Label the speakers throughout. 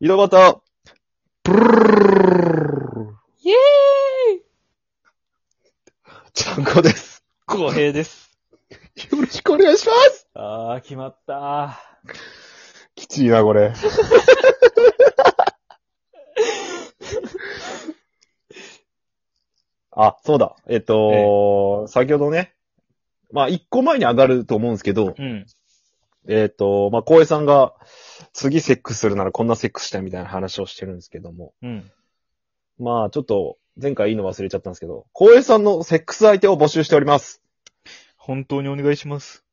Speaker 1: 井戸端、プルルル
Speaker 2: イエーイ
Speaker 1: ちゃんこです。
Speaker 2: 公平です。
Speaker 1: よろしくお願いします
Speaker 2: あー、決まった
Speaker 1: きちいな、これ。あ、そうだ。えっと、先ほどね、まあ、一個前に上がると思うんですけど、
Speaker 2: ー。うん。
Speaker 1: えっと、まあ、光栄さんが、次セックスするならこんなセックスしたいみたいな話をしてるんですけども、
Speaker 2: うん。
Speaker 1: まあ、ちょっと、前回いいの忘れちゃったんですけど、光栄さんのセックス相手を募集しております。
Speaker 2: 本当にお願いします。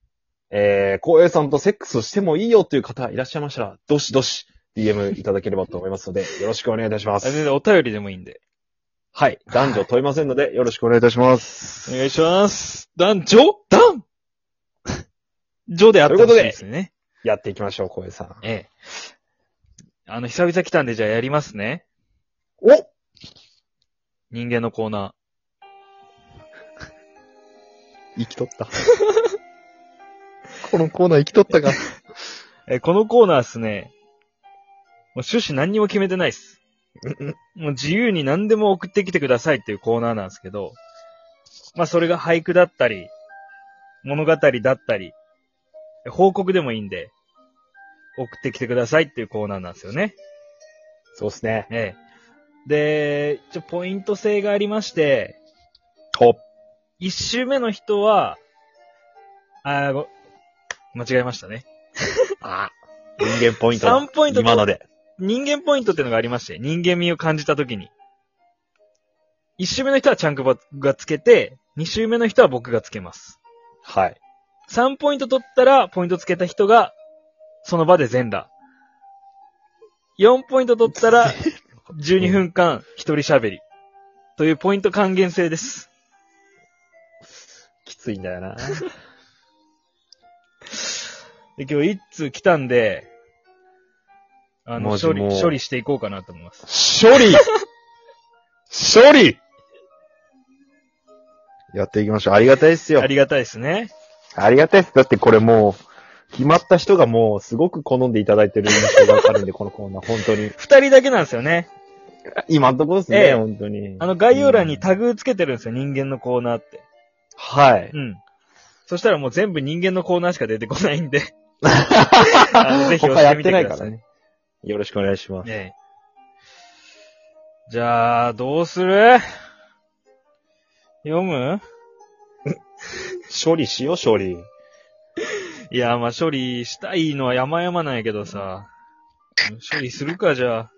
Speaker 1: えー、光栄さんとセックスをしてもいいよという方いらっしゃいましたら、どしどし DM いただければと思いますので、よろしくお願いいたしま
Speaker 2: あ、全
Speaker 1: す。
Speaker 2: 然お便りでもいいんで。
Speaker 1: はい。男女問いませんので、よろしくお願いいたします。
Speaker 2: お願いします。男女男 女であった
Speaker 1: ということで
Speaker 2: ですね。
Speaker 1: やっていきましょう、光栄さん。
Speaker 2: ええ。あの、久々来たんでじゃあやりますね。
Speaker 1: お
Speaker 2: 人間のコーナ
Speaker 1: 生きとった。 このコーナー生きとったか。
Speaker 2: ー。えーこのコーナーですね、もう趣旨何にも決めてないっす。もう自由に何でも送ってきてくださいっていうコーナーなんですけど、まあそれが俳句だったり、物語だったり、報告でもいいんで、送ってきてくださいっていうコーナーなんですよね。
Speaker 1: そうですね。
Speaker 2: ええ。で、ちょ、ポイント制がありまして、
Speaker 1: ほ、
Speaker 2: 一周目の人は、あーご、間違えましたね。
Speaker 1: あ、人間ポイントだ。
Speaker 2: 3ポイント
Speaker 1: 今ので。
Speaker 2: 人間ポイントってのがありまして、人間味を感じたときに。一周目の人はちゃんくばがつけて、二周目の人は僕がつけます。
Speaker 1: はい。
Speaker 2: 3ポイント取ったら、ポイントつけた人が、その場で全裸。4ポイント取った ら、12分間、一人喋り。というポイント還元制です。
Speaker 1: きついんだよな。
Speaker 2: で、今日一通来たんで、あの、
Speaker 1: マジ
Speaker 2: 処理、
Speaker 1: もう
Speaker 2: 処理していこうかなと思います。
Speaker 1: 処理 処理やっていきましょう。ありがたいっすよ
Speaker 2: あ。りがたいですね。
Speaker 1: ありがたいです。だってこれもう、決まった人がもうすごく好んでいただいてる印象がわかるんで、こ のコーナー、本当に。
Speaker 2: 二人だけなんですよね。
Speaker 1: 今のところですね、
Speaker 2: ええ
Speaker 1: 本当に。
Speaker 2: あの、概要欄にタ
Speaker 1: グ、
Speaker 2: グつけてるんですよ、人間のコーナーって。
Speaker 1: はい。
Speaker 2: うん。そしたらもう全部人間のコーナーしか出てこないんで。あのぜひ
Speaker 1: 他
Speaker 2: 押し
Speaker 1: や
Speaker 2: て
Speaker 1: っ
Speaker 2: み
Speaker 1: て
Speaker 2: てく
Speaker 1: な
Speaker 2: ださい
Speaker 1: いからね。よろしくお願いします。
Speaker 2: ねえ。じゃあ、どうする読む
Speaker 1: 処理しよう、処理。
Speaker 2: いや、まあ、処理したいのは山々なんやけどさ。処理するか、じ ゃあ。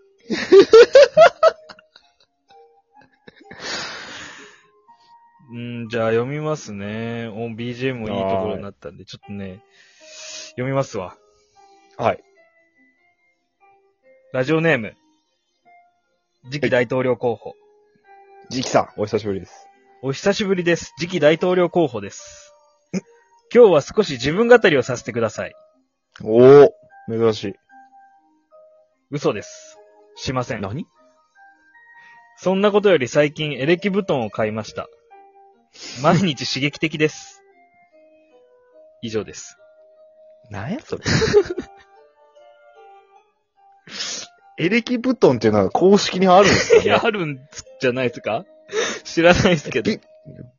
Speaker 2: うん、じゃあ読みますね。お、BGM もいいところになったんで、ちょっとね、読みますわ。
Speaker 1: はい。
Speaker 2: ラジオネーム。次期大統領候補。
Speaker 1: ジキさん、お久しぶりです。
Speaker 2: お久しぶりです。次期大統領候補です。今日は少し自分語りをさせてください。
Speaker 1: おお珍しい。
Speaker 2: 嘘です。しません。
Speaker 1: 何
Speaker 2: そんなことより最近エレキ布団を買いま した。毎日刺激的です。以上です。
Speaker 1: 何やそ れ。エレキ布団っていうのは公式にあるんですか
Speaker 2: いや、あるんじゃないですか知らないですけど
Speaker 1: び。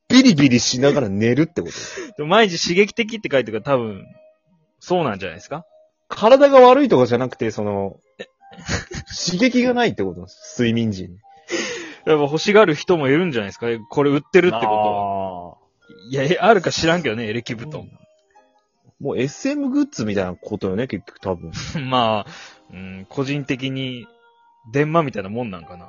Speaker 1: ビリビリしながら寝るってこと
Speaker 2: でも毎日刺激的って書いてるから多分、そうなんじゃないですか
Speaker 1: 体が悪いとかじゃなくて、その、刺激がないってことなんです。睡眠時に。
Speaker 2: やっぱ欲しがる人もいるんじゃないですかこれ売ってるってことは。
Speaker 1: と
Speaker 2: いや、えあるか知らんけどね、エレキ布団。
Speaker 1: もう SM グッズみたいなことよね、結局多分。
Speaker 2: まあ、うん、個人的に、電話みたいなもんなんかな。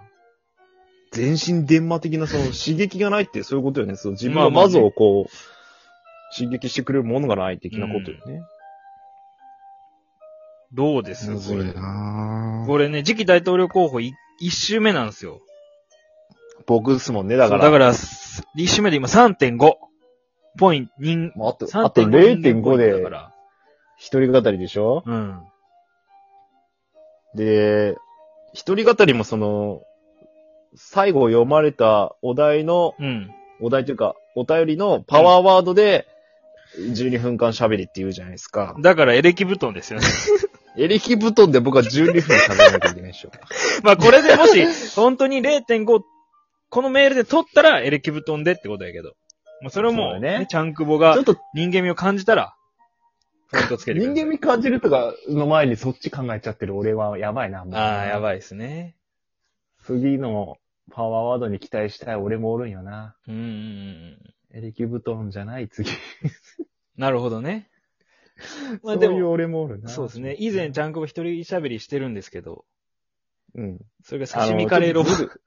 Speaker 1: 全身電話的なその刺激がないってそういうことよね。その自分
Speaker 2: まあ
Speaker 1: の
Speaker 2: まあ
Speaker 1: マゾをこう、刺激してくれるものがない的なことよね。
Speaker 2: どうですこれ。
Speaker 1: な
Speaker 2: これね、次期大統領候補い一周目なんですよ。
Speaker 1: 僕っすもんね、だ
Speaker 2: そ
Speaker 1: か
Speaker 2: うだ
Speaker 1: ら。
Speaker 2: から、す一周目で今3.5ポイント、人、
Speaker 1: もうあと、あと
Speaker 2: 3.5
Speaker 1: 0.5
Speaker 2: 人だか
Speaker 1: で、
Speaker 2: ら。
Speaker 1: 一人語りでしょ
Speaker 2: うん。
Speaker 1: で、一人語りもその、最後読まれたお題の
Speaker 2: うん。
Speaker 1: お題というか、お便りのパワーワードで、12分間喋りって言うじゃないですか。
Speaker 2: だからエレキ布団ですよね。
Speaker 1: エレキ布団で僕は12分喋らなきゃいけないでしょ。
Speaker 2: まあこれでもし、本当に0.5、このメールで取ったらエレキ布団でってことやけど。まあそれをも、
Speaker 1: そううだ
Speaker 2: ね
Speaker 1: ね
Speaker 2: ちゃんく
Speaker 1: ち
Speaker 2: ぼ
Speaker 1: ょ
Speaker 2: が
Speaker 1: っと
Speaker 2: 人間味を感じたら、コメントつけてく
Speaker 1: 人
Speaker 2: ださい。
Speaker 1: 間味感じるとかの前にそっち考えちゃってる俺はやばいな、もう。
Speaker 2: ああ、や
Speaker 1: い。
Speaker 2: ばいですね。
Speaker 1: 次のパワーワードに期待したい俺もおるんよな。
Speaker 2: うんうんうん
Speaker 1: エレキ布団じゃない次。
Speaker 2: うん。なるほどね。まあ
Speaker 1: そ
Speaker 2: で
Speaker 1: ういう
Speaker 2: も、
Speaker 1: 俺もおるな。
Speaker 2: そうですね。以前、ちゃんくぼ一人喋りしてるんですけど、
Speaker 1: うん。
Speaker 2: それが刺身カレーロボ
Speaker 1: あの。ちょっとずる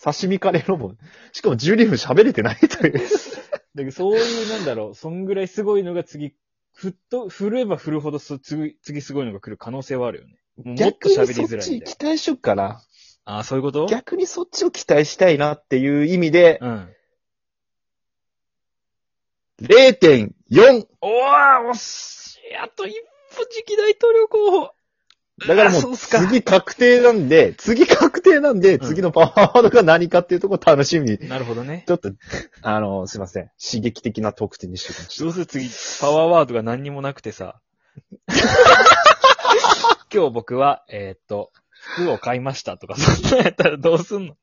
Speaker 1: 刺身カレーロボ。しかも12分喋れてないと いう。
Speaker 2: だけどそういう、なんだろう、そんぐらいすごいのが次、ふっと、振れば振るほどす、次、次すごいのが来る可能性はあるよね。もうもっと
Speaker 1: 逆に
Speaker 2: 喋り
Speaker 1: そっ
Speaker 2: づらい
Speaker 1: ち
Speaker 2: みたいな。
Speaker 1: 期待しよっかな。
Speaker 2: ああ、そういうこと
Speaker 1: 逆にそっちを期待したいなっていう意味で、
Speaker 2: うん。
Speaker 1: 0.4!
Speaker 2: おー、惜しい。あと一歩次期大統領候補。
Speaker 1: だから
Speaker 2: あ
Speaker 1: も
Speaker 2: そう
Speaker 1: う、
Speaker 2: っすか
Speaker 1: 次確定なんで、次確定なんで、
Speaker 2: うん
Speaker 1: 次のパワーワードが何かっていうところ楽しみに。
Speaker 2: なるほどね。
Speaker 1: ちょっと、あの、すいません。刺激的なトークティーにしてきまし
Speaker 2: どうせ次、パワーワードが何にもなくて さ。今日僕は、えーっと、服を買いましたとか、そんなんやったらどうすんの
Speaker 1: た。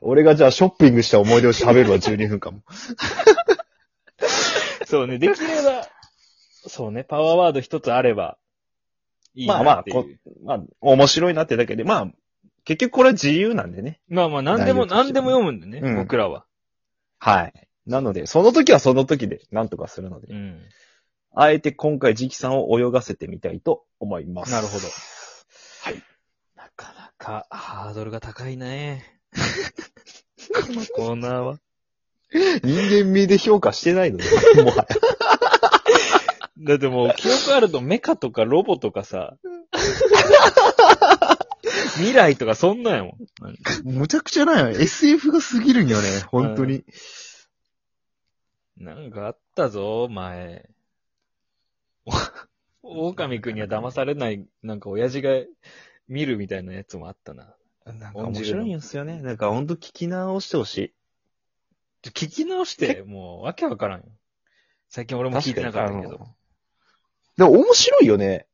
Speaker 1: 俺がじゃあショッピングした思い出を喋るわ、12分間も。
Speaker 2: そうね、できれば、そうね、パワーワード一つあれば、いい
Speaker 1: まあま
Speaker 2: な
Speaker 1: あ
Speaker 2: っていう。まあまあ
Speaker 1: こ、まあ、面白いなってだけで、まあ、結局これは自由なんでね。
Speaker 2: まあまあ、何でも、
Speaker 1: 内容としてはね
Speaker 2: 何でも読むんでね、
Speaker 1: うん
Speaker 2: 僕らは。
Speaker 1: はい。なので、その時はその時で何とかするので、
Speaker 2: うん。
Speaker 1: あえて今回時期さんを泳がせてみたいと思います。
Speaker 2: なるほど。
Speaker 1: はい。
Speaker 2: なかなか、ハードルが高いね。 このコーナーは。
Speaker 1: 人間味で評価して ないので、もはや。
Speaker 2: だってもう、記憶あるとメカとかロボとか さ、未来とかそんなんやもん。
Speaker 1: むちゃくちゃなよ。SF が過ぎるんよね、
Speaker 2: 本当に。なんかあったぞ、前。 お狼くんには騙されない、なんか親父が見るみたいなやつもあったな。
Speaker 1: なんか面白いんですよね。なんかほんと聞き直してほしい。
Speaker 2: ちょ聞き直して、もう、わけわからんよ。最近俺も聞いてなかったけ
Speaker 1: 確
Speaker 2: ど
Speaker 1: か。にあのでも面白いよね。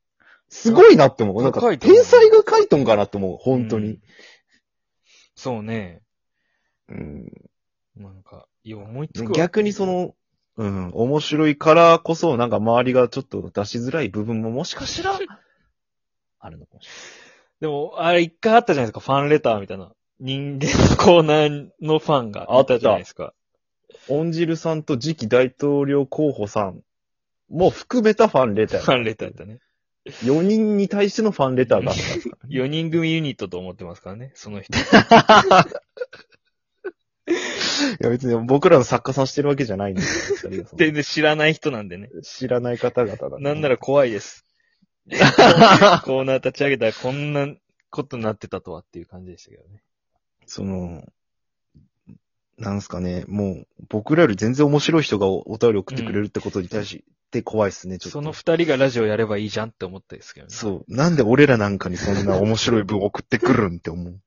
Speaker 1: すごいなって思う。なんか、天才が書いとんかなって思う、本当
Speaker 2: う
Speaker 1: に
Speaker 2: ん。そうね。
Speaker 1: うん
Speaker 2: なんか、いや、思いつくわ
Speaker 1: 逆にそ、の、うん、面白いからこそ、なんか周りがちょっと出しづらい部分ももしかしたら、あるのかもし
Speaker 2: でも、あれ一回あったじゃないですか、ファンレターみたいな。人間のコーナーのファンが
Speaker 1: あった
Speaker 2: いたじゃないですか。
Speaker 1: れない。オンジルさんと次期大統領候補さんも含めたファンレタ
Speaker 2: フ
Speaker 1: ー。
Speaker 2: ァンレターだね。
Speaker 1: 4人に対してのファンレターがあったんですからね。
Speaker 2: 4人組ユニットと思ってますからね、その人。
Speaker 1: いや別に僕らの作家さんしてるわけじゃないん ですよ二人がその
Speaker 2: 全然知らない人なんでね。
Speaker 1: 知らない方々だ、
Speaker 2: なんなら怖い です。コーナー立ち上げたらこんなことになってたとはっていう感じでしたけどね。
Speaker 1: その、なんすかね、もう、僕らより全然面白い人がおお便り送ってくれるってことに対して怖いですね、ちょっと。
Speaker 2: その二人がラジオやればいいじゃんって思ったですけどね。
Speaker 1: そう。なんで俺らなんかにそんな面白い文送ってくるんって思う。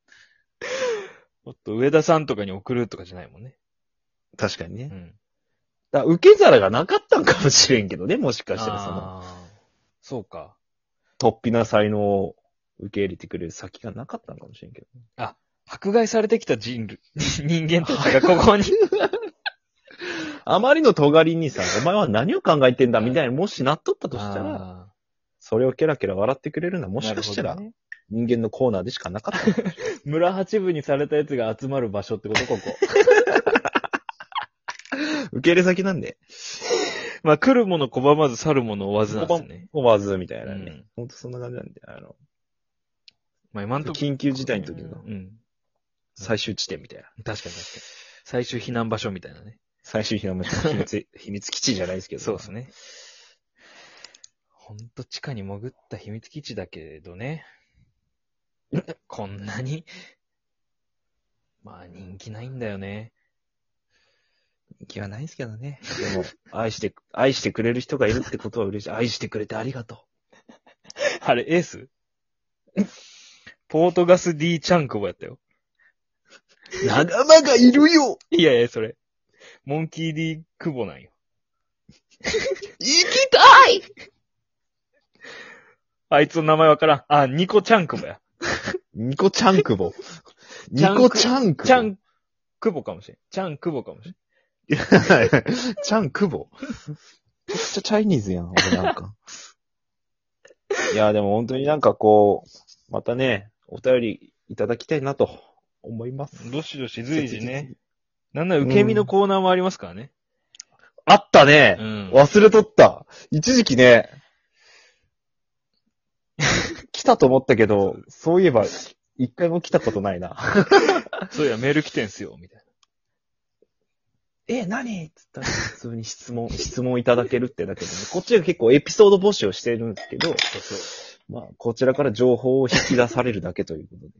Speaker 2: もっと上田さんとかに送るとかじゃないもんね。
Speaker 1: 確かに
Speaker 2: う
Speaker 1: ね。
Speaker 2: ん。
Speaker 1: だから受け皿がなかったんかもしれんけどね、もしかしたらその、
Speaker 2: あーそうか。
Speaker 1: 突飛な才能を受け入れてくれる先がなかったんかもしれんけど。
Speaker 2: 迫害されてきた人類、人間たちがここに
Speaker 1: あまりの尖り にさ、お前は何を考えてんだみたいにもしなっとったとしたら、
Speaker 2: あ
Speaker 1: それをケラケラ笑ってくれるのは
Speaker 2: ー
Speaker 1: もしかした
Speaker 2: な
Speaker 1: ら
Speaker 2: るほどね
Speaker 1: 人間のコーナーでしかなか った。
Speaker 2: 村八分にされたやつが集まる場所ってこと、ここ。
Speaker 1: 受け入れ先なんで、
Speaker 2: まあ、来るもの拒まず去るもの追わずなんですね。
Speaker 1: 思わずみたいなね。
Speaker 2: うん
Speaker 1: ほんとそんな感じなんで、あの、
Speaker 2: まあ、今んとこ。
Speaker 1: 緊急事態の時の
Speaker 2: うん。
Speaker 1: 最終地点みたいな。
Speaker 2: 確かに確かに。最終避難場所みたいなね。
Speaker 1: 最終日の秘 密、秘密基地じゃないですけど。
Speaker 2: そうですね。ほんと地下に潜った秘密基地だけどね。こんなに。まあ、人気ないんだよね。
Speaker 1: 気はないんですけどね。でも、愛して、愛してくれる人がいるってことは嬉しい。愛してくれてありが と
Speaker 2: あれ、エースポートガス D チャンクボやったよ。
Speaker 1: う。仲間がいるよ
Speaker 2: いやいや、それ。モンキー D クボなんよ。
Speaker 1: 行きたい
Speaker 2: あいつの名前わからん。あ、ニコちゃんくぼや。
Speaker 1: ニコちゃんく ぼ。ニ
Speaker 2: ちゃんく
Speaker 1: コちゃんくぼ。
Speaker 2: ちゃんくぼかもしれん。ちゃんくぼかもしれん。
Speaker 1: ちゃんくぼ。めっちゃチャイニーズやん、俺なんか。いや、でも本当になんかこう、またね、お便りいただきたいなと思います。
Speaker 2: どしどし随時ね。。なんなら受け身のコーナーもありますからね。
Speaker 1: あったね、
Speaker 2: ん
Speaker 1: 忘れとった。一時期ね、 来たと思ったけど、そういえば、一回も来たことないな。
Speaker 2: そういや、メール来てんすよ、みたい
Speaker 1: え、何っつったら、普通に質 問、質問いただけるってだけどね。こっちが結構エピソード募集をしてるんですけど、
Speaker 2: な。そ
Speaker 1: まあ、こちらから情報を引き出されるだけということで。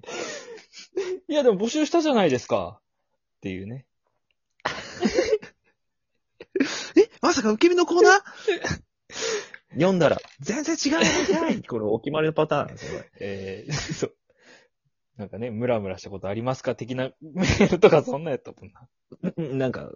Speaker 2: う。いや、でも募集したじゃないですか。っていうね。
Speaker 1: え まさか受け身のコーナー 読んだら、全然違うや ないこれお決まりのパターンなんですよ、こ
Speaker 2: え ー、そう。なんかね、ムラムラしたことありますか的な メールとかそんなやったもんな。
Speaker 1: れうんなんか、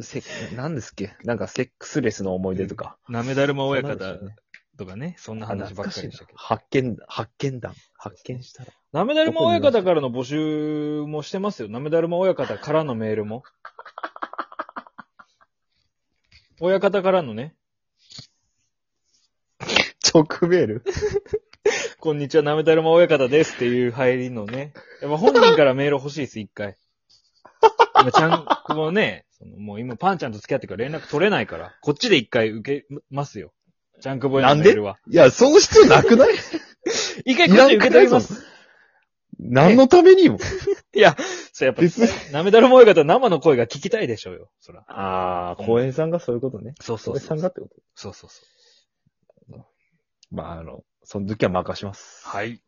Speaker 1: セなんですっけなんか、セックスレスの思い出とか。
Speaker 2: なめだるま親
Speaker 1: そんな
Speaker 2: 方
Speaker 1: んでしょうね
Speaker 2: とかね、そんな
Speaker 1: あ
Speaker 2: 話
Speaker 1: 懐
Speaker 2: ば
Speaker 1: か
Speaker 2: っ
Speaker 1: し
Speaker 2: か
Speaker 1: い
Speaker 2: り
Speaker 1: な
Speaker 2: でしたけど。
Speaker 1: 発見、発見談。発見したら。
Speaker 2: なめだるま親方からの募集もしてますよ。なめだるま親方からのメールも。親方からのね、
Speaker 1: 直メール
Speaker 2: こんにちは、なめだるま親方ですっていう入りのね。やっぱ本人からメール欲しいです、一 回。今、ちゃんくぼね、そのもう今、パンちゃんと付き合ってから連絡取れないから、こっちで一回受けますよ。ちゃんくぼへのメールは。
Speaker 1: いや、その必要なくない
Speaker 2: 一 回こっちで受け取ります。
Speaker 1: 何のためにも。
Speaker 2: いや、そうやっぱ、
Speaker 1: 別に。
Speaker 2: なめだるま親方生の声が聞きたいでしょうよ、そら。
Speaker 1: ああ、浩平さんがそういうことね。
Speaker 2: そうそ
Speaker 1: 浩
Speaker 2: う
Speaker 1: 平
Speaker 2: そ
Speaker 1: さ
Speaker 2: う。
Speaker 1: ん
Speaker 2: そ
Speaker 1: が
Speaker 2: う
Speaker 1: ってこと
Speaker 2: そうそう。
Speaker 1: まあ、あの、その時は任します。
Speaker 2: はい。